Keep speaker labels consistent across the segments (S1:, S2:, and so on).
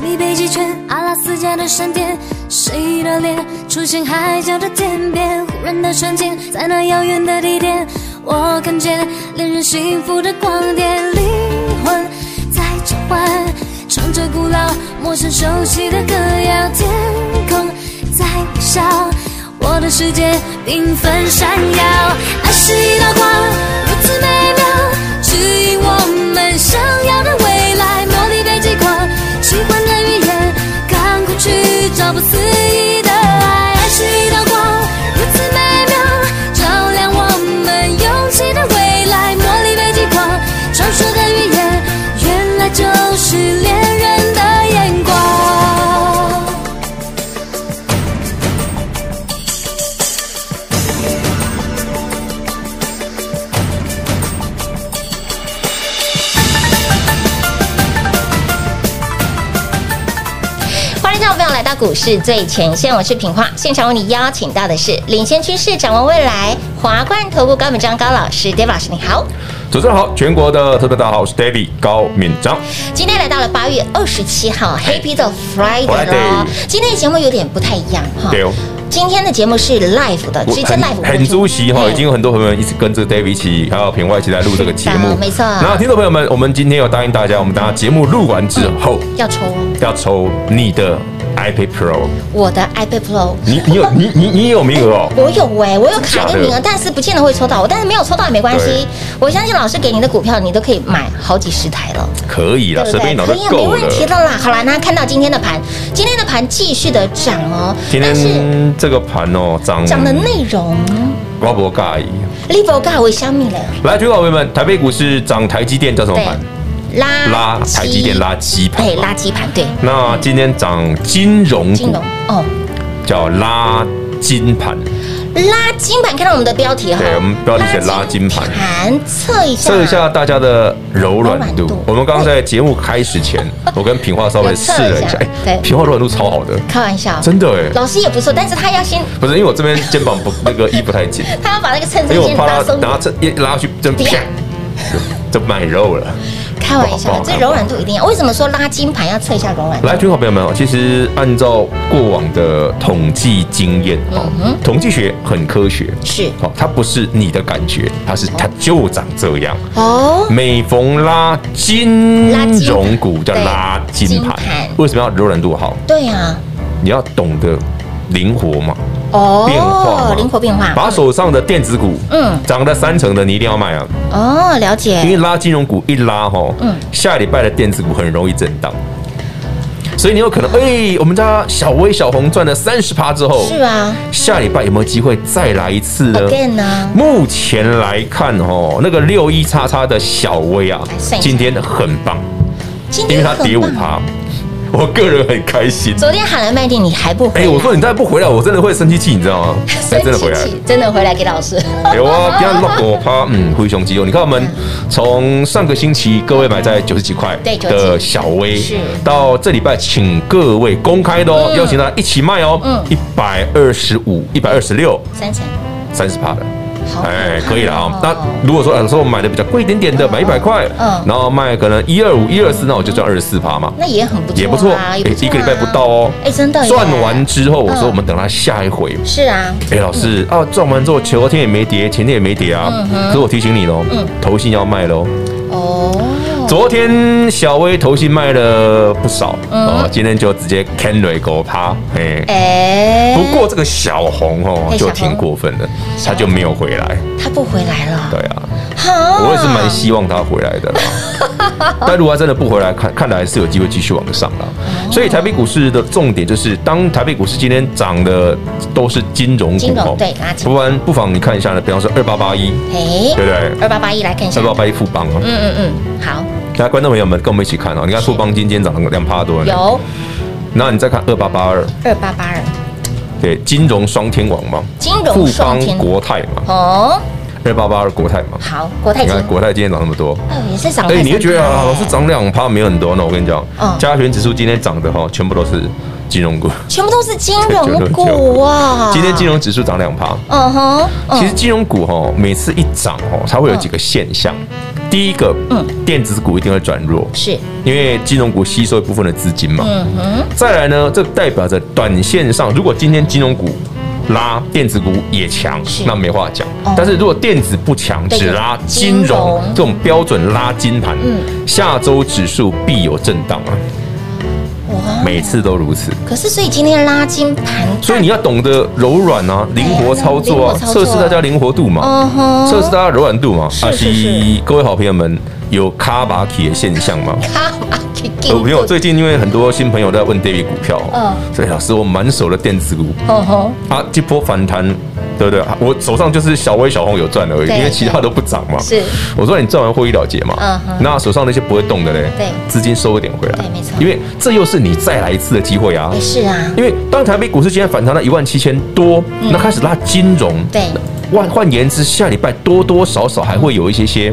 S1: 密北极圈，阿拉斯加的闪电，谁的脸出现海角的天边？忽然的瞬间，在那遥远的地点，我看见恋人幸福的光点，灵魂在召唤，唱着古老、陌生、熟悉的歌谣，天空在微笑，我的世界缤纷闪耀，爱是一道光，如此美妙，指引我们想要的未来，魔力北极光。喜欢的语言，赶快去找不思议的爱。爱是一道光，如此美妙，照亮我们勇气的未来。魔力北极光，传说的语言，原来就是恋人的眼光。
S2: 欢迎各位朋友来到股市最前线，我是品化。现场为你邀请到的是领先趋势、展望未来华冠投顾高敏章高老师，David 老师你好。
S3: 主持人好，全国的特别大家好，我是 David 高敏章。
S2: 今天来到了八月二十七号，Happy 的 Friday 喽
S3: Friday。
S2: 今天的节目有点不太一样哈。
S3: 对哦
S2: 今天的节目是 live 的，直接 live
S3: 很很出席哈，
S2: 嗯
S3: 已经有很多朋友们一直跟着 David 一起，还有品外一起在录这个节
S2: 是
S3: 目
S2: 的，没错
S3: 然后听众朋友们，我们今天有答应大家，我们等下节目录完之后
S2: 要抽
S3: 要抽你的 iPad Pro，
S2: 我的 iPad Pro。
S3: 你你有你你你有名额 哦。
S2: 我有哎、我有卡
S3: 假的
S2: 跟名额，但是不见得会抽到我，但是没有抽到也没关系
S3: 对。
S2: 我相信老师给你的股票，你都可以买好几十台了。
S3: 可以啦，
S2: 对
S3: 随
S2: 不对？
S3: 便一脑
S2: 可
S3: 袋
S2: 以啊，没
S3: 够
S2: 问
S3: 了。
S2: 题的啦。好啦，那看到今天的盘，今天的盘继续的涨哦，
S3: 今
S2: 但是
S3: 天这个盘哦，涨
S2: 涨的内容
S3: 瓜博尬意。
S2: l i v o 尬为香米了，
S3: 来，全国好朋友们，台北股市涨台积电叫什么盘？
S2: 对，拉
S3: 拉台积电，拉鸡盘嘛。
S2: 对，拉基盘，对，
S3: 那今天涨金融
S2: 金
S3: 股
S2: 融哦，
S3: 叫拉金盘，
S2: 拉金盘，看到我们的标题哈，
S3: 对我们标题写拉金盘
S2: 盘测一下，
S3: 测一下大家的柔软
S2: 柔软度
S3: 度。我们刚刚在节目开始前，我跟品化稍微试
S2: 有测
S3: 了一下，
S2: 一下对
S3: 哎，品化柔软度超好的，
S2: 开玩笑，
S3: 真的哎，
S2: 老师也不错，但是他要先，
S3: 不是因为我这边肩膀不那个衣不太紧，
S2: 他要把那个衬衫
S3: 因为我
S2: 先
S3: 怕
S2: 拉
S3: 它
S2: 松，
S3: 拿这一拉下去，真啪
S2: 啪，
S3: 就卖肉了。
S2: 开玩笑，
S3: 不好
S2: 这
S3: 看
S2: 柔软度一定要。为什么说拉金盘要测一下柔软度？
S3: 来，听众朋友们哦，其实按照过往的统计经验哦，统计学很科学，
S2: 嗯是
S3: 好，它不是你的感觉，它是它就长这样。
S2: 哦，
S3: 每逢拉金
S2: 拉金
S3: 融股叫
S2: 对
S3: 拉金
S2: 金
S3: 盘
S2: 盘，
S3: 为什么要柔软度好？
S2: 对啊呀，
S3: 你要懂得灵活嘛，变化
S2: 哦
S3: 嘛，
S2: 灵活变化，
S3: 把手上的电子股，
S2: 嗯
S3: 嗯，涨了三成的你一定要卖啊，
S2: 哦，了解，
S3: 因为拉金融股一拉吼，
S2: 嗯
S3: 嗯，下礼拜的电子股很容易震荡，所以你有可能，哎，我们家小微小红赚了三十趴之后，
S2: 是啊
S3: 下礼拜有没有机会再来一次呢？
S2: ，again 呢？
S3: 目前来看哦，那个六一叉叉的小微啊
S2: 剩下，
S3: 今天很棒，
S2: 哎今
S3: 因为
S2: 天
S3: 它跌
S2: 很
S3: 五
S2: 棒啊
S3: 趴，我个人很开心。
S2: 昨天喊了麦定，你还不回
S3: 哎、
S2: 来？
S3: 我说你再不回来，我真的会生气气，你知 道吗？哎
S2: 生
S3: 真的
S2: 气
S3: 回来了。
S2: 气，真的回来给老师。
S3: 有啊，不要弄我趴，嗯，灰熊肌肉。你看我们从上个星期各位买在九十几块
S2: 对90
S3: 的小微
S2: 是，
S3: 到这礼拜请各位公开的哦，
S2: 嗯
S3: 邀请大家一起卖哦
S2: 嗯，
S3: 一百二十五、一百二十六、
S2: 三成，
S3: 三十趴的。
S2: 好哦
S3: 哎，可以了啊、
S2: 好
S3: 那如果说有时候买的比较贵一点点的，买一百块，
S2: 嗯
S3: 然后卖可能一二五、一二四，那我就赚二十四趴嘛。
S2: 那也很不错啊，
S3: 也不错
S2: 啊
S3: 哎一个礼拜不到哦
S2: 哎，真的耶嗯
S3: 赚完之后，我说我们等它下一回。
S2: 是啊，
S3: 哎，老师啊，赚完之后前天也没跌，前天也没跌啊。
S2: 嗯
S3: 可是我提醒你喽，投信要卖喽。
S2: 哦，
S3: 昨天小微投信卖了不少，哦，今天就直接 Canary 狗趴，哎。
S2: 嗯哎，
S3: 不过这个小红哦
S2: 哎，
S3: 就
S2: 小红
S3: 挺过分的，他就没有回来。
S2: 他不回来了，
S3: 对啊，
S2: 好，
S3: 我也是蛮希望它回来的啦。但如果它真的不回来，看看来是有机会继续往上啦。所以台北股市的重点就是，当台北股市今天涨的都是金融股
S2: 金融
S3: 哦
S2: 对垃圾
S3: 不然不妨你看一下呢，比方说二八八一，
S2: 嘿
S3: 对不对？
S2: 哎二八八一来看一下
S3: 二，八八一富邦哦，
S2: 嗯嗯嗯，好，
S3: 来观众朋友们跟我们一起看哦，你看富邦今天涨了两趴多呢，
S2: 有
S3: 那你再看二八八二，
S2: 二八八二，
S3: 对，金融双天王嘛，
S2: 金
S3: 富
S2: 融双
S3: 邦
S2: 天
S3: 国泰嘛，
S2: 哦，
S3: 二八八二国泰嘛，
S2: 好，国泰
S3: 你
S2: 金
S3: 看国泰今天涨那么多，
S2: 哦也是涨，
S3: 哎、你就觉得啊，老师涨两趴没有很多，那我跟你讲
S2: 嗯，
S3: 加权指数今天涨的哈，全部都是金融股。
S2: 全部都是金融股啊，
S3: 今天金，融指数涨两趴，
S2: 嗯哼，嗯
S3: 其实金融股哈，每次一涨哦，它会有几个现象。第一个，
S2: 嗯
S3: 电子股一定会转弱，
S2: 是，
S3: 因为金融股吸收一部分的资金嘛。
S2: 嗯哼，
S3: 再来呢，这代表着短线上，如果今天金融股拉，电子股也强
S2: 是，
S3: 那没话讲
S2: 哦。
S3: 但是如果电子不强，
S2: 对
S3: 只拉
S2: 金
S3: 金融
S2: 融
S3: 这种标准拉金盘
S2: 嗯，
S3: 下周指数必有震荡啊，
S2: 哇，
S3: 每次都如此。
S2: 可是所以今天拉金盘，
S3: 所以你要懂得柔软啊，灵活操作啊
S2: 哎灵活，操作
S3: 测试大家灵活度嘛，
S2: 嗯哼，
S3: 测试大家柔软度嘛。
S2: 是
S3: 啊
S2: 是是
S3: 各位好朋友们，有卡巴奇的现象吗？
S2: 他把给给
S3: 呃有朋友最近因为很多新朋友都在问 David 股票，
S2: 嗯
S3: 所以老师我满手的电子股，
S2: 哦吼，
S3: 啊，这波反弹，对不对？我手上就是小微小红有赚而已，
S2: 对
S3: 因为其他都不涨嘛。
S2: 是，
S3: 我说你赚完获利了结嘛，
S2: 嗯哼
S3: 那手上那些不会动的嘞，
S2: 对
S3: 资金收一点回来，
S2: 对没错
S3: 因为这又是你再来一次的机会啊
S2: 也。是啊，
S3: 因为当台北股市今天反弹到一万七千多，那开始拉金融，
S2: 嗯对
S3: 那换换言之，下礼拜多多少少还会有一些些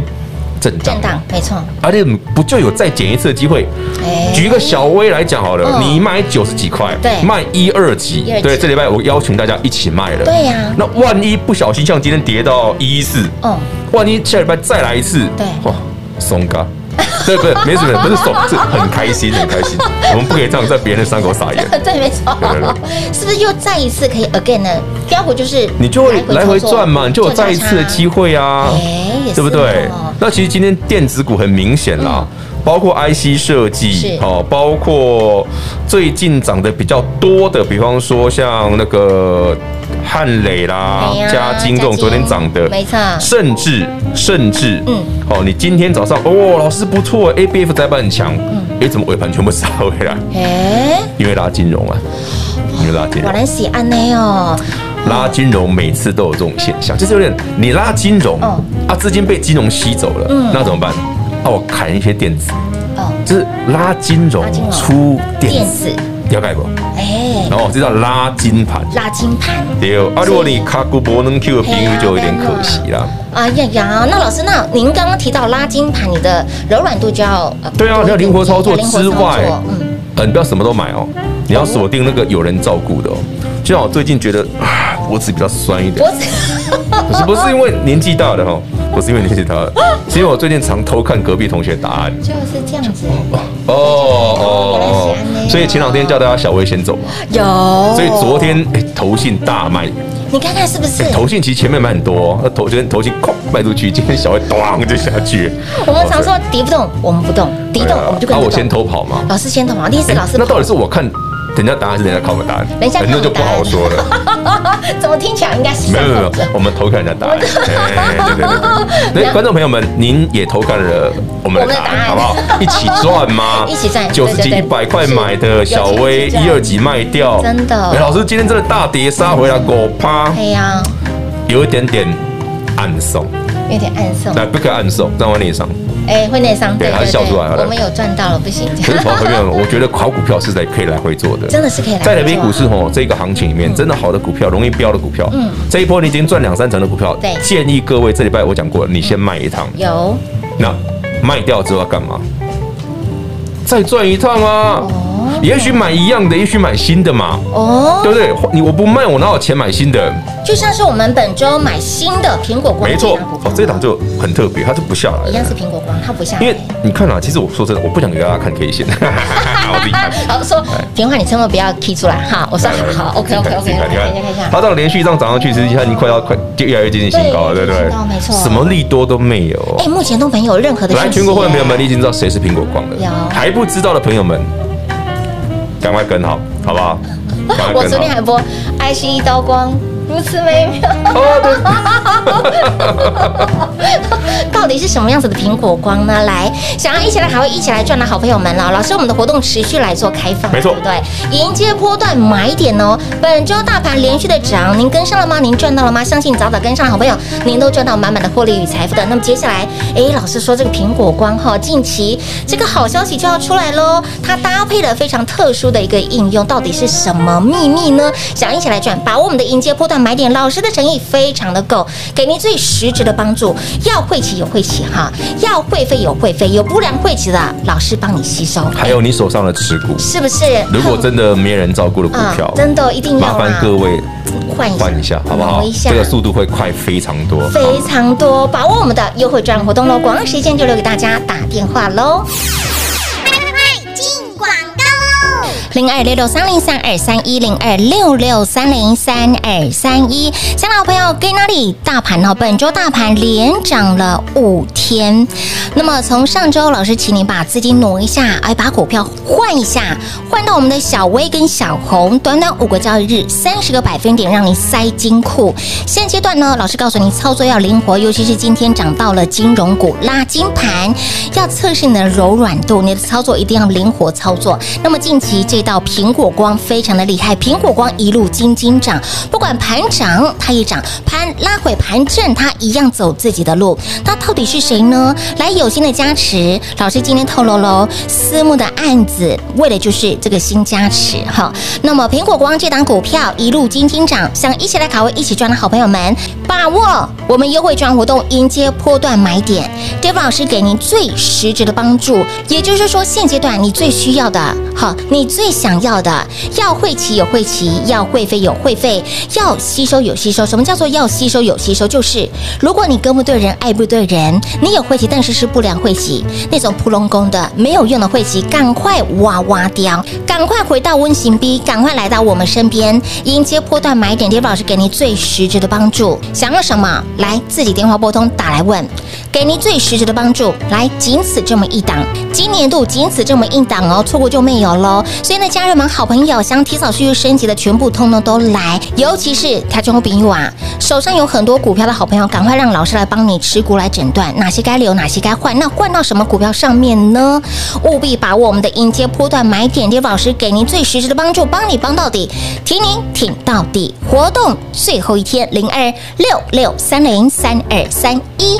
S3: 震荡
S2: 震，
S3: 啊
S2: 荡没错，
S3: 而且不就有再减一次的机会？
S2: 哎
S3: 举一个小微来讲好了，
S2: 嗯
S3: 你买九十几块，
S2: 对
S3: 卖一二级
S2: 一二，级
S3: 对，这礼拜我邀请大家一起卖了。
S2: 对呀
S3: 那万一不小心像今天跌到一四，
S2: 哦，
S3: 万一下礼拜再来一次，
S2: 对
S3: 哇，松嘎。对，不是，没什么，不是松，是很开心，很开 心。我们不可以这样在别人的伤口撒盐，
S2: 对，没错
S3: 对啊对，
S2: 是不是又再一次可以 again 呢？标股就是
S3: 你就会来回
S2: 操作
S3: 转嘛，你就有再一次的机，会啊
S2: 做交叉哎也是哦，嗯
S3: 对不对？那其实今天电子股很明显啦，包括 IC 设计
S2: 是
S3: 哦，包括最近涨得比较多的，比方说像那个汉磊啦
S2: 哎、呀
S3: 嘉金这种
S2: 嘉金
S3: 昨天涨的，
S2: 没错
S3: 甚至甚至
S2: 嗯
S3: 嗯，哦，你今天早上哦，老师不错，ABF 窄板很强，
S2: 嗯
S3: 哎，怎么尾盘全部杀回来？
S2: 哎，
S3: 因为拉金融啊，因为拉金
S2: 果
S3: 融。
S2: 然喜安呢哦，
S3: 拉金融每次都有这种现象，就是有点你拉金融、
S2: 嗯
S3: 啊，资金被金融吸走了，那怎么办？啊，我砍一些电子，
S2: 哦，
S3: 就是拉金融
S2: 拉金融
S3: 出电
S2: 电
S3: 子，
S2: 子，
S3: 了解不？
S2: 哎，
S3: 然后这叫拉金盘。
S2: 拉金盘。
S3: 对哦，啊，如果你卡古博能 Q 的频率就有点可惜啦。
S2: 哎呀呀，那老师，那您刚刚提到拉金盘，你的柔软度就要呃
S3: 对啊
S2: 多一点
S3: 要灵活操作
S2: 要灵活
S3: 之
S2: 操作
S3: 外
S2: 嗯，
S3: 呃，你不要什么都买哦，你要锁定那个有人照顾的哦。就像我最近觉得啊，脖子比较酸一点，
S2: 脖子
S3: 不是不是因为年纪大了哈，
S2: 哦
S3: 不是因为年纪大了，
S2: 啊
S3: 是因为我最近常偷看隔壁同学答案。
S2: 就是这样子，哦
S3: 哦
S2: 哦
S3: 哦
S2: 原来是这样
S3: 哦，所以前两天叫大家小薇先走嘛，
S2: 有。
S3: 所以昨天哎投信大卖，
S2: 你看看是不是
S3: 哎？投信其实前面买很多哦，那投先投信哐卖出去，今天小薇咣就下去。
S2: 我们常说敌不动，我们不动；敌
S3: 对
S2: 动，
S3: 啊
S2: 我们就跟
S3: 啊
S2: 着
S3: 我先
S2: 动。
S3: 投跑嘛，
S2: 老师先投嘛，第一次
S3: 哎
S2: 老师
S3: 那到底是我看人家答案还是人家看我答案？
S2: 人家看
S3: 那
S2: 我答案
S3: 就不好说了。
S2: 怎么听起来应该是
S3: 没
S2: 这
S3: 有没有
S2: 样
S3: 没有
S2: 子？，
S3: 我们投看人家答案。哎对对对对，所以观众朋友们，您也投看了我们
S2: 我们的
S3: 的答
S2: 答案？
S3: 案，好不好？一起赚吗
S2: 一起赚
S3: 九十几、
S2: 对对
S3: 一
S2: 对
S3: 百块买的小
S2: 有
S3: 薇，
S2: 钱就赚
S3: 一二级卖掉，
S2: 真的
S3: 哎老师今天真的大跌杀回来狗趴，
S2: 哎呀，
S3: 有一点点暗送，
S2: 有点暗送，
S3: 来不可以暗送，让我脸上。
S2: 哎，会内伤。
S3: 对他笑出来了
S2: 我们有赚到了，不行，
S3: 可是朋友们，我觉得好股票是在可以来回做 的，
S2: 真的是可以来回做啊
S3: 在台北股市吼这个行情里面，真的好的股票，容易飙的股票，嗯，这一波你已经赚两三成的股票，
S2: 对
S3: 建议各位这礼拜我讲过，你先卖一趟，
S2: 有
S3: 那卖掉之后要干嘛？再转一趟啊！也许买一样的，也许买新的嘛，
S2: 哦，
S3: 对不对？你我不卖，我哪有钱买新的？
S2: 就像是我们本周买新的苹果光，
S3: 没错，哦，这档就很特别，它就不下来
S2: 一样是
S3: 了。
S2: 苹果光，它不像。
S3: 因为你看啊，其实我说真的，我不想给大家看 K 线，好厉害。
S2: 好说，平花，你千万不要 key 出来哈！我说好好，OK OK
S3: 自
S2: OK，
S3: 己看
S2: 来看一下看一
S3: 你看，
S2: 下
S3: 它，这样连续这样涨上去，其实它已经快要快就越来越接近新高了，
S2: 对
S3: 对不对
S2: 接近新高没？错
S3: 什么利多都没有
S2: 哎，。目前都没有任何的
S3: 来，
S2: 讯息
S3: 全国会员朋友们，你
S2: 耶
S3: 已经知道谁是苹果光了
S2: 有，
S3: 还不知道的朋友们，赶快跟好，好不好？赶快
S2: 我
S3: 跟
S2: 昨天
S3: 好。
S2: 还播 IC 刀光如此美妙，
S3: 哦，对，
S2: 到底是什么样子的苹果光呢？来，想要一起来，还会一起来赚的好朋友们了。老师，我们的活动持续来做开放，
S3: 没错
S2: 对不对？迎接波段买点哦。本周大盘连续的涨，您跟上了吗？您赚到了吗？相信早早跟上的好朋友，您都赚到满满的获利与财富的。那么接下来，诶，老师说这个苹果光哈，近期这个好消息就要出来喽，它搭配了非常特殊的一个应用，到底是什么秘密呢？想一起来赚，把握我们的迎接波段买点。老师的诚意非常的够，给您最实质的帮助。要会期有会期哈，要会费有会费，有不良会期的老师帮你吸收，
S3: 还有你手上的持股，
S2: 是不是？
S3: 如果真的没人照顾的股票，
S2: 啊真的一定要
S3: 麻
S2: 啊嗯
S3: 烦各位
S2: 换一下
S3: 换一下，好不好
S2: 挪一？下
S3: 这个速度会快非常多。
S2: 非常多，把握我们的优惠赚活动喽！广告时间就留给大家打电话喽。零二六六三零三二三一零二六六三零三二三一，香港朋友跟那里大盘哦，本周大盘连涨了五天。那么从上周，老师请你把资金挪一下，哎，把股票换一下，换到我们的小微跟小红，短短五个交易日，三十个百分点让你塞金库。现阶段呢，老师告诉你操作要灵活，尤其是今天涨到了金融股拉金盘，要测试你的柔软度，你的操作一定要灵活操作。那么近期这道苹果光非常的厉害，苹果光一路金金涨，不管盘涨它也涨，盘拉回盘正它一样走自己的路。它到底是谁呢？来有心的加持，老师今天透露喽，私募的案子为的就是这个新加持哈。那么苹果光这档股票一路金金涨，想一起来卡位、一起赚的好朋友们，把握我们优惠赚活动，迎接波段买点。Dave 老师给您最实质的帮助，也就是说，现阶段你最需要的，好，你最想要的，要会期有会期，要会费有会费，要吸收有吸收。什么叫做要吸收有吸收？就是如果你跟不对人，爱不对人，你有会期，但是是不良会期，那种扑龙宫的没有用的会期，赶快哇哇掉，赶快回到温行 B，赶快来到我们身边，迎接波段买点。Dave 老师给您最实质的帮助，想要什么？来自己电话拨通打来问。给您最实质的帮助。来，仅此这么一档，今年度仅此这么一档哦，错过就没有喽。所以呢，家人们、好朋友，想提早去升级的，全部通通都来。尤其是台中比喻啊，手上有很多股票的好朋友，赶快让老师来帮你持股来诊断，哪些该留，哪些该换。那换到什么股票上面呢？务必把握我们的迎接波段买点，跌老师给您最实质的帮助，帮你帮到底，挺您挺到底。活动最后一天，零二六六三零三二三一。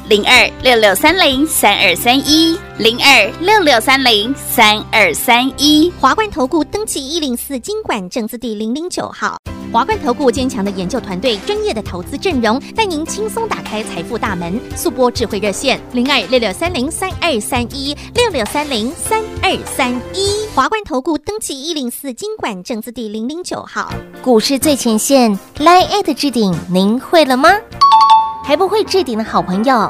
S4: 零二六六三零三二三一零二六六三零三二三一。
S5: 华冠投顾登记一零四经管证字第零零九号。华冠投顾坚强的研究团队，专业的投资阵容，带您轻松打开财富大门。速播智慧热线零二六六三零三二三一六六三零三二三一。华冠投顾登记一零四经管证字第零零九号。
S2: 股市最前线 Line at 置顶，您会了吗？还不会置顶的好朋友，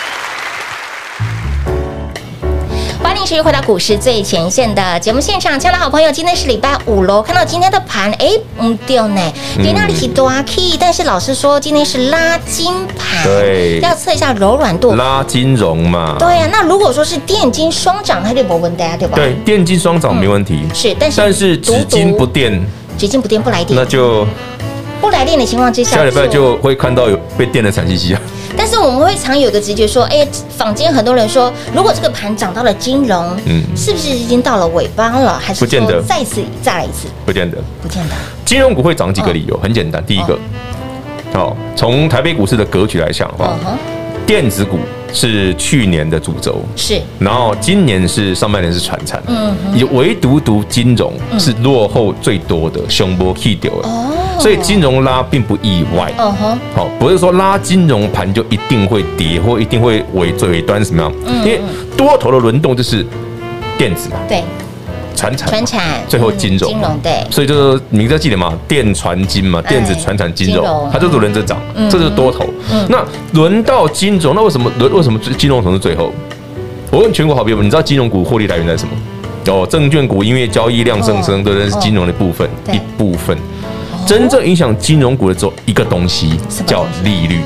S2: 欢迎持续回到股市最前线的节目现场，亲爱的好朋友，今天是礼拜五喽。看到今天的盘，哎，嗯，掉呢，跌那里起多啊 key，但是老师说今天是拉筋盘，
S3: 对
S2: 要测一下柔软度。
S3: 拉金融嘛，
S2: 对呀、那如果说是电金双涨，它就不稳的啊呀，对吧？
S3: 对，，电金双涨没问题，
S2: 是，但是
S3: 但是
S2: 嗯独
S3: 纸
S2: 独
S3: 巾不电，
S2: 纸巾不电不来电
S3: 那，就
S2: 不来电的情况之下，
S3: 下礼拜
S2: 是我
S3: 就会看到有被电的惨兮兮啊。
S2: 但是我们会常有一个直觉说，哎、坊间很多人说，如果这个盘涨到了金融，
S3: 嗯
S2: 是不是已经到了尾巴了？还是
S3: 不见
S2: 说
S3: 得
S2: 再次再来一次？
S3: 不见得。
S2: 不见得。
S3: 金融股会涨几个理由很简单，第一个，哦，从台北股市的格局来讲的话
S2: 嗯，哼，
S3: 电子股是去年的主轴，
S2: 是
S3: 然后今年是上半年是传产，嗯，也唯独独金融是落后最多的，胸波 K 丢了，
S2: 哦，
S3: 所以金融拉并不意外。
S2: 嗯哼，
S3: 好，不是说拉金融盘就一定会跌，或一定会尾最尾端怎么样？因为多头的轮动就是电子嘛，
S2: 对，
S3: 传产嘛，
S2: 船产，
S3: 最后金融
S2: 嗯
S3: 嘛
S2: 金融对，哎
S3: 所以就是名字记得嘛，电传金嘛，电子传产金
S2: 金融嗯
S3: 融，它就是轮着涨，这就是多头。那轮到金融，那为什么轮为什么金融总是最后？我问全国好朋友们，你知道金融股获利来源在什么？哦，证券股因为交易量上升，对不对？是金融的部分
S2: 哦对哦
S3: 一部分。真正影响金融股的只有一个东西
S2: 什么东西，哦
S3: 叫利率。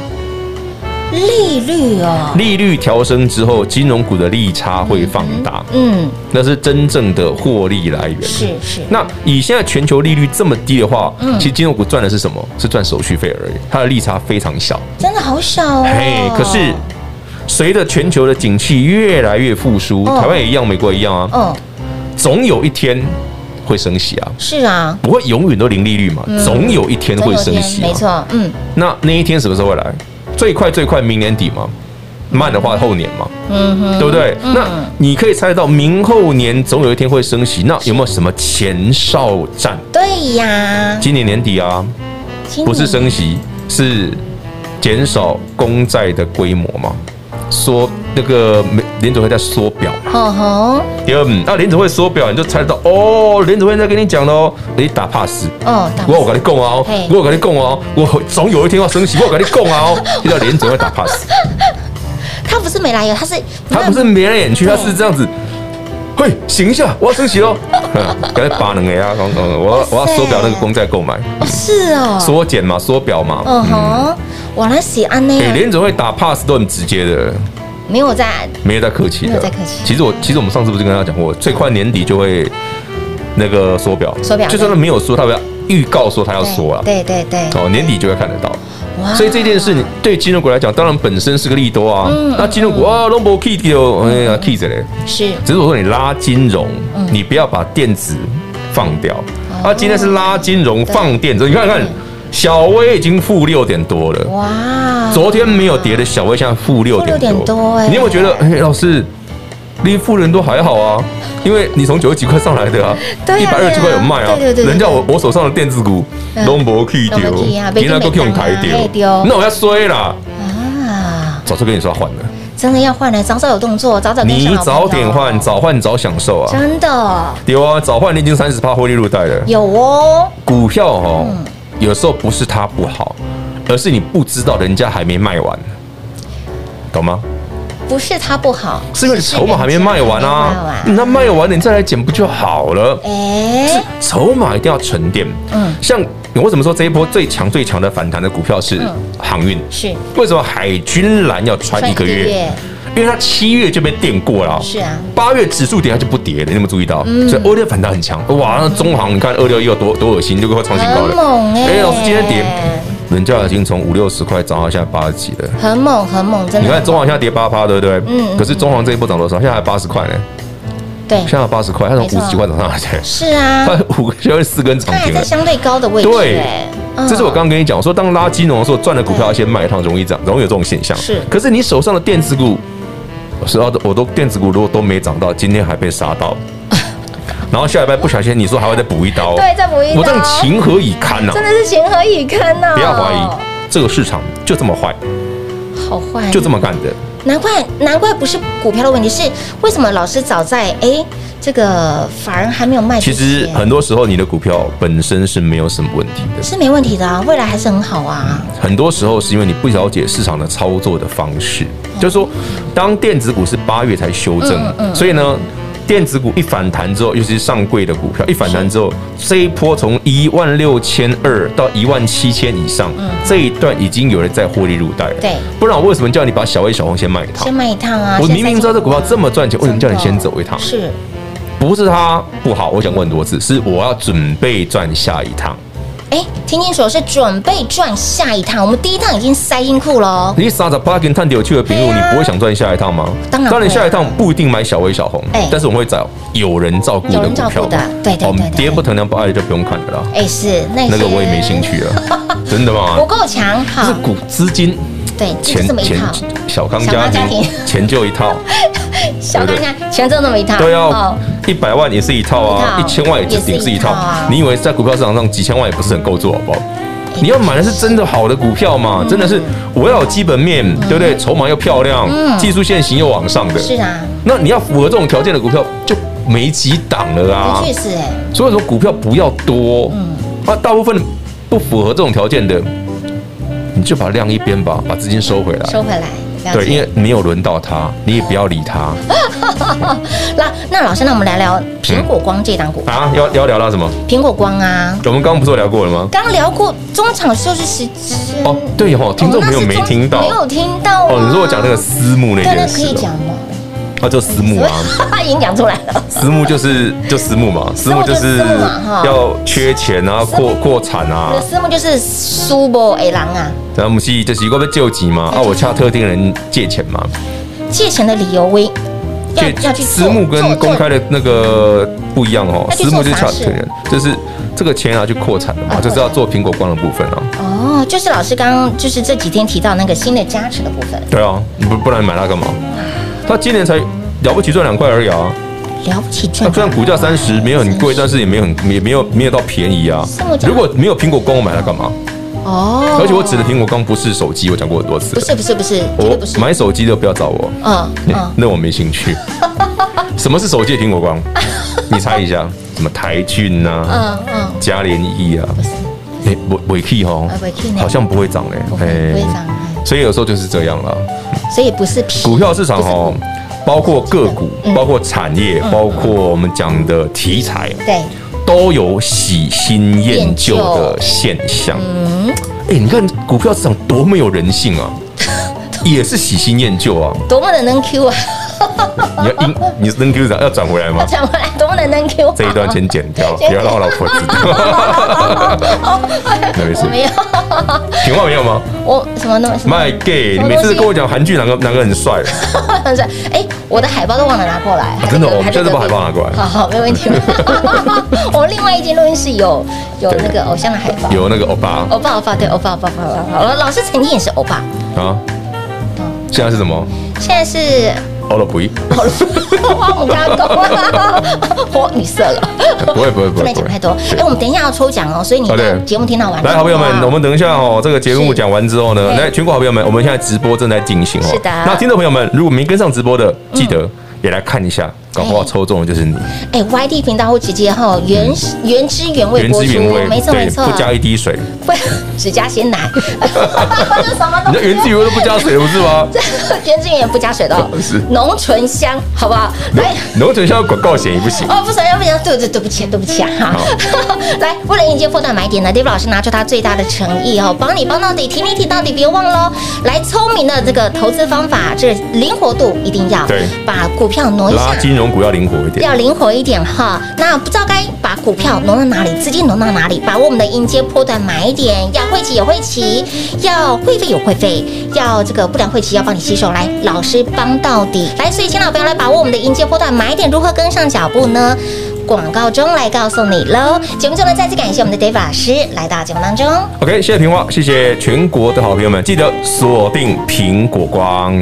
S2: 利率哦，
S3: 利率调升之后，金融股的利差会放大，
S2: 嗯，
S3: 那是真正的获利来源。
S2: 是是，
S3: 那以现在全球利率这么低的话，
S2: 嗯
S3: 其实金融股赚的是什么？是赚手续费而已，它的利差非常小。
S2: 真的好小哦。
S3: 嘿，可是随着全球的景气越来越复苏，
S2: 嗯
S3: 台湾也一样，美国也一样啊，
S2: 嗯，
S3: 总有一天会升息啊，
S2: 是啊，
S3: 不会永远都零利率嘛，
S2: 嗯
S3: 总有一天会升息、啊。
S2: 没。错，嗯
S3: 那那一天什么时候会来？最快最快明年底嘛，慢的话后年嘛，
S2: 嗯哼，
S3: 对不对？
S2: 嗯
S3: 那你可以猜得到，明后年总有一天会升息。那有没有什么前哨战？
S2: 对呀，
S3: 今年年底啊，
S2: 今
S3: 不是
S2: 年
S3: 升息，是减少公债的规模嘛？缩那个美联总会在缩表嘛？
S2: 哦吼，
S3: 第二，嗯那联总会缩表，你就猜得到哦，联总会在跟你讲喽，你打 pass。
S2: 哦，打
S3: 我有跟你讲啊
S2: 嘿
S3: 哦，我有跟你讲啊哦，我总有一天要升息，我有跟你讲啊哦，遇到联总会打 pass，
S2: 他不是没来由，哦他是
S3: 他不是眉来眼去，他是这样子。嘿，醒一下，我要升息 喽！赶紧把那个啊，刚刚我要我要缩表那个公债购买，
S2: 啊哦是哦，
S3: 缩减嘛，缩表嘛。
S2: 嗯哼，我来写安内
S3: 哎、联总会打 pass 都很直接的，
S2: 没有在
S3: 没有在客气的。
S2: 没有在客气
S3: 其实我，其实我们上次不是跟大家讲过，最快年底就会那个缩表，
S2: 缩表
S3: 就算他没有缩，他要预告说他要缩了。
S2: 对对对，啊
S3: 哦，年底就会看得到。
S2: 哇
S3: 所以这件事你对金融股来讲，当然本身是个利多啊。
S2: 嗯
S3: 那金融股啊，都不 key 掉，哎呀 key 着嘞。
S2: 是
S3: 只是我说你拉金融，
S2: 嗯
S3: 你不要把电子放掉。啊，今天是拉金融放电子，你看看
S2: 哦对
S3: 小微已经负六点多了。
S2: 哇，
S3: 昨天没有跌的小微现在负六点
S2: 啊负6点多哎
S3: 你有没有觉得，哎，老师，离负人都还好啊？因为你从九十几块上来的啊，
S2: 对
S3: 一
S2: 啊
S3: 百二十几块有卖啊，
S2: 对对对对
S3: 人家我我手上的电子股
S2: 嗯
S3: 都没去
S2: 都没去啊没
S3: 丢，
S2: 去
S3: 都去用
S2: 没当啊嘿丢
S3: 那我要衰啦！
S2: 啊，
S3: 早就跟你说要换了，
S2: 真的要换了，早早有动作，早早跟上
S3: 你
S2: 好朋友
S3: 早点换，早换早享受啊！
S2: 真的
S3: 丢啊，早换你已经三十趴获利入袋了。
S2: 有嗯哦，
S3: 股票哦，有时候不是它不好，而是你不知道人家还没卖完，懂吗？
S2: 不是他不好，
S3: 是因为你筹码还没卖完啊，
S2: 是人家还没卖完
S3: 那卖完了你再来捡不就好了？
S2: 哎，
S3: 筹码一定要沉淀。
S2: 嗯
S3: 嗯，像我为什么说这一波最强最强的反弹的股票是
S2: 嗯
S3: 航运？
S2: 是
S3: 为什么海军蓝要穿
S2: 穿一
S3: 一个
S2: 个
S3: 月
S2: 月？
S3: 因为它七月就被电过了，
S2: 是啊，嗯
S3: 八月指数跌它就不跌了，你有没有注意到？所以二六反弹很强，哇，那中航你看二六又多多恶心，就快创新高
S2: 很
S3: 了。
S2: 猛哎，
S3: 哎，老师今天跌，人家已经从五六十块涨到现在八十几了。
S2: 很猛很猛，真的
S3: 你
S2: 很猛，
S3: 看中航现在跌八趴，对不对？
S2: 嗯
S3: 可是中航这一波涨多少？现在还八十块呢，
S2: 对
S3: 现，在八十块，它从
S2: 没错
S3: 五十几块涨上来的，
S2: 是啊，
S3: 它五个交易四根
S2: 他
S3: 涨
S2: 还
S3: 停
S2: 在
S3: 了。
S2: 相对高的位置，
S3: 对
S2: 哎嗯
S3: 这是我刚刚跟你讲，我说当垃圾农的时候，赚的股票要先卖，它容易涨，容易有这种现象。
S2: 是
S3: 可是你手上的电子股，我说哦我都电子股如果都没涨到，今天还被杀 到，然后下礼拜不小心你说还会再补一刀，哦
S2: 对，再补一刀，
S3: 我这样情何以堪呐、
S2: 真的哦是情何以堪啊呐！
S3: 不要怀疑。这个市场就这么坏，
S2: 好坏
S3: 就这么干的。
S2: 难怪难怪不是股票的问题，是为什么老师早在哎这个法人还没有卖之
S3: 其
S2: 前，
S3: 实很多时候你的股票本身是没有什么问题的，
S2: 是没问题的啊，未来还是很好啊。
S3: 很多时候是因为你不了解市场的操作的方式，
S2: 哦
S3: 就是说，当电子股是八月才修
S2: 嗯
S3: 正，所以呢，电子股一反弹之后，尤其是上柜的股票一反弹之后，
S2: 嗯
S3: 这一波从一万六千二到一万七千以上，这一段已经有人在获利入袋了。
S2: 嗯对，
S3: 不然我为什么叫你把小微小红先卖一趟
S2: 先？卖一趟啊！
S3: 我
S2: 先
S3: 明明知道这股票这么赚钱，为什么叫你先走一趟？
S2: 是
S3: 不是它不好，我想问很多次，是我要准备赚下一趟。
S2: 哎、哎，听清楚了，是准备赚下一趟。我们第一趟已经塞进库了哦。
S3: 你傻子 plugin 探底有趣的评论，
S2: 对啊
S3: 你不会想赚下一趟吗？
S2: 当然会啊
S3: 你下一趟不一定买小微小红
S2: 哎，
S3: 但是我们会找有人照顾
S2: 有
S3: 的
S2: 人照顾
S3: 股票
S2: 的
S3: 嘛。
S2: 对对对
S3: 哦
S2: 对对
S3: 跌不疼娘不爱就不用看的啦。
S2: 哎，是那些
S3: 那个我也没兴，趣了，真的吗
S2: 不？够强，好
S3: 这，股资金
S2: 对，就是这么一套，
S3: 小康
S2: 小
S3: 家
S2: 康家
S3: 庭
S2: 庭
S3: 钱就一套，
S2: 小当
S3: 对
S2: 家全都那么一套，
S3: 对啊
S2: 哦，
S3: 一百万也是一套啊，
S2: 一
S3: 一
S2: 套
S3: 千万也是顶是一
S2: 也是一套
S3: 套
S2: 啊。嗯
S3: 你以为在股票市场上几千万也不是很够做，好不好？你要买的是真的好的股票嘛？真的是我要有基本面，对不对？筹码又漂亮，技术线型又往上的。
S2: 嗯是啊，
S3: 那你要符合这种条件的股票就没几档了啊
S2: 的。确是哎，
S3: 所以说股票不要多，
S2: 嗯
S3: 那大部分不符合这种条件的，你就把量一边吧，把资金收回来。
S2: 收回来，了解
S3: 对，因为没有轮到它，你也不要理它
S2: 那那老师，那我们来聊
S3: 嗯
S2: 苹果光这档股，
S3: 啊。要要聊到什么？
S2: 苹果光啊，
S3: 我们刚刚不是有聊过了吗？
S2: 刚聊过中场休息时间
S3: 哦，对哦，听众朋友
S2: 哦那
S3: 没
S2: 是中
S3: 听到
S2: 没有听到啊
S3: 哦。你说我讲那个私募那
S2: 对，那可
S3: 件事
S2: 以讲
S3: 哦，
S2: 吗？
S3: 啊，就私募啊，
S2: 已经讲出来了，
S3: 私募就是就私募嘛，私募就
S2: 私募
S3: 是
S2: 就私募嘛哈
S3: 要缺钱啊，扩扩产啊
S2: 我的，私募就是苏博 A 郎啊，
S3: 然后不是就是我被救急嘛，啊，我向特定人借钱嘛，
S2: 借钱的理由为要要去
S3: 私
S2: 做
S3: 募跟
S2: 做
S3: 公开的那个不一样哦，
S2: 要去
S3: 私
S2: 做
S3: 募就是
S2: 杂
S3: 抢
S2: 事
S3: 人，就是这个钱拿去扩产的
S2: 啊
S3: 嘛，就是要做苹果光的部分啊。
S2: 哦，就是老师刚刚就是这几天提到那个新的加持的部分，
S3: 对啊，你不不然你买它干嘛？他今年才了不起赚两块而已啊，
S2: 了不起赚
S3: 他，虽然股价三
S2: 哦
S3: 十没有很贵，但是也没有很也没有没有到便宜啊
S2: 私募。价
S3: 如果没有苹果光，我买它干嘛？
S2: 哦，
S3: 而且我指的苹果光不是手机，我讲过很多次
S2: 不
S3: 了。
S2: 是不是不是，绝对不是
S3: 我，买手机都不要找我，
S2: 嗯嗯，
S3: 那我没兴 趣。什么是手机的苹果光？你猜一下，什么台俊呐、
S2: 嗯嗯，
S3: 嘉联益啊，哎，尾尾 key 哈
S2: 啊尾气呢，
S3: 好像不会涨
S2: 不
S3: 哎，
S2: 会不会
S3: 诶
S2: 涨，哎
S3: 所以有时候就是这样了。
S2: 所以不是皮
S3: 股票市场哦
S2: 不是，
S3: 包括个股
S2: 嗯，嗯
S3: 包括产业，包括我们讲的题材，
S2: 对，
S3: 都有喜新厌旧
S2: 厌旧
S3: 的现象。哎，你看股票市场多么有人性 啊！也是喜新厌旧啊！
S2: 多么的能 Q 啊，
S3: 你要因你能 Q 涨要转回来吗？
S2: 讲回来多么的能 Q，啊
S3: 这一段先剪掉，不要让我老婆知道。 没事
S2: 我，没有，
S3: 平话没有吗？
S2: 我什么东西？
S3: 卖 gay，
S2: 什
S3: 你
S2: 么东西
S3: 每次跟我讲韩剧哪个哪个很帅，啊
S2: 很帅。哎，我的海报都忘了拿过来，还在
S3: 真的哦
S2: 隔
S3: 我们
S2: 还在
S3: 下次把
S2: 隔壁
S3: 海报拿过来
S2: 好好，没问 题。 我们另外一间录音室有有
S3: 对
S2: 那个偶像的海报，
S3: 有那个欧巴
S2: 欧巴欧巴对欧巴欧巴欧巴欧巴，好了，老师曾经也是欧巴，
S3: 啊，现在是什么？
S2: 现在是
S3: 欧了不一？
S2: 花母加工，我语塞了，
S3: 不会不会
S2: 不
S3: 不
S2: 能
S3: 会不
S2: 讲太
S3: 会。
S2: 多。哎，我们等一下要抽奖哦，所以你
S3: 好的
S2: 节目听到完，
S3: 来，好朋友们，我们等一下哦，这个节目
S2: 是
S3: 讲完之后呢，
S2: 对
S3: 来全国好朋友们，我们现在直播正在进行哦。
S2: 是的
S3: 那听众朋友们，如果没跟上直播的，记得也来看一下，搞不好抽中的就是你，
S2: 哎，YT 频道会直接哈原原汁原味
S3: 原
S2: 播
S3: 汁
S2: 出
S3: 原
S2: 哦，
S3: 味，
S2: 没错没错，
S3: 不加一滴水。
S2: 不只加鲜 奶， 这什么东
S3: 你的
S2: 西？
S3: 原汁原味都不加水了，不是吗？
S2: 原汁原味不加水的哦，
S3: 是
S2: 浓醇香，好不好？来。
S3: 农村像广告险也不行。
S2: 哦，不行，不行，对对，对不起，对不起啊！哈， 来，为了迎接波段买点呢，David 老师拿出他最大的诚意哦，帮你帮到底，提你提到底，别忘喽！来，聪明的这个投资方法，这灵活度一定要，
S3: 对
S2: 把股票挪一下
S3: 拉。金融股要灵活一点。
S2: 哦啊要灵活一点哈，那不知道该把股票挪到哪里，资金挪到哪里，把握我们的迎接波段买点，要会期有会期，要会费有会费，要这个不良会期要帮你吸收，来老师帮到底，来，所以请老朋友来把握我们的迎接波段买点，如何跟上脚步呢？广告中来告诉你喽。节目中呢，再次感谢我们的 David 老师来到节目当中。
S3: OK，谢谢平花，谢谢全国的好朋友们，记得锁定苹果光。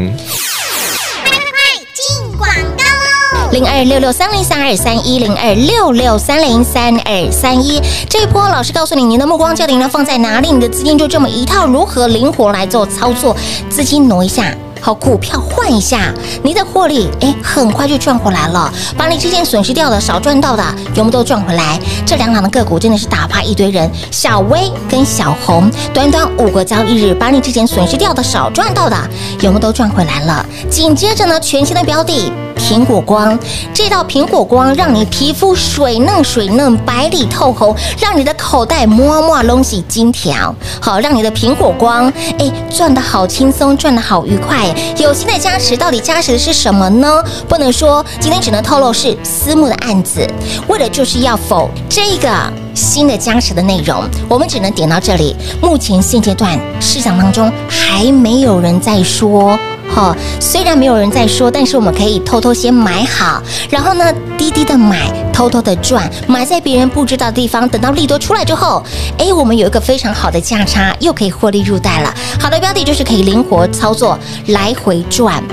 S2: 零二六六三零三二三一零二六六三零三二三一。这一波老师告诉你，您的目光焦点呢放在哪里？你的资金就这么一套，如何灵活来做操作？资金挪一下。好，股票换一下，你的获利哎，很快就赚回来了。把你之前损失掉的、少赚到的，有没有都赚回来？这两档的个股真的是打趴一堆人，小薇跟小红，短短五个交易日，把你之前损失掉的、少赚到的，有没有都赚回来了？紧接着呢，全新的标的苹果光，这道苹果光让你皮肤水嫩水嫩，白里透红，让你的口袋摸摸隆起金条，好让你的苹果光，哎，赚得好轻松，赚得好愉快。有新的加持，到底加持的是什么呢？不能说今天只能透露是私募的案子，为的就是要否这个。新的加持的内容，我们只能点到这里。目前现阶段市场当中还没有人在说。哈、虽然没有人在说，但是我们可以偷偷先买好，然后呢，低低的买，偷偷的赚，买在别人不知道的地方，等到利多出来之后，哎，我们有一个非常好的价差，又可以获利入袋了。好的标的就是可以灵活操作，来回赚。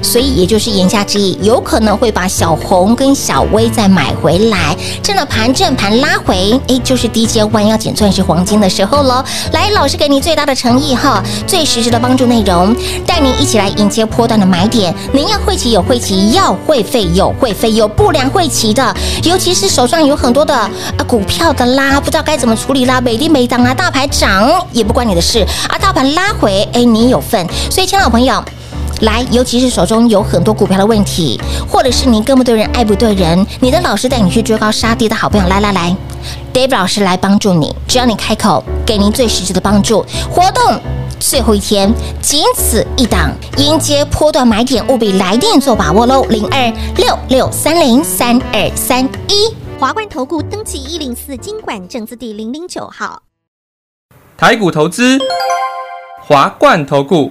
S2: 所以也就是言下之意，有可能会把小红跟小薇再买回来，趁了盘正盘拉回，哎，就是低阶弯要捡钻石黄金的时候喽。来，老师给你最大的诚意哈，最实质的帮助内容，带您一起来迎接波段的买点。您要会期有会期，要会费有会费，有不良会期的，尤其是手上有很多的啊股票的啦，不知道该怎么处理啦，美丽美当啦，大盘涨也不关你的事啊，大盘拉回，哎，你有份。所以，亲爱的朋友。来，尤其是手中有很多股票的问题，或者是你跟不对人，爱不对人，你的老师带你去追高杀低的好朋友，来来来，Dave 老师来帮助你，只要你开口，给您最实质的帮助。活动最后一天，仅此一档，迎接波段买点，务必来电做把握喽，零二六六三零三二三一。
S5: 华冠投顾登记一零四经管证字第零零九号。
S6: 台股投资，华冠投顾。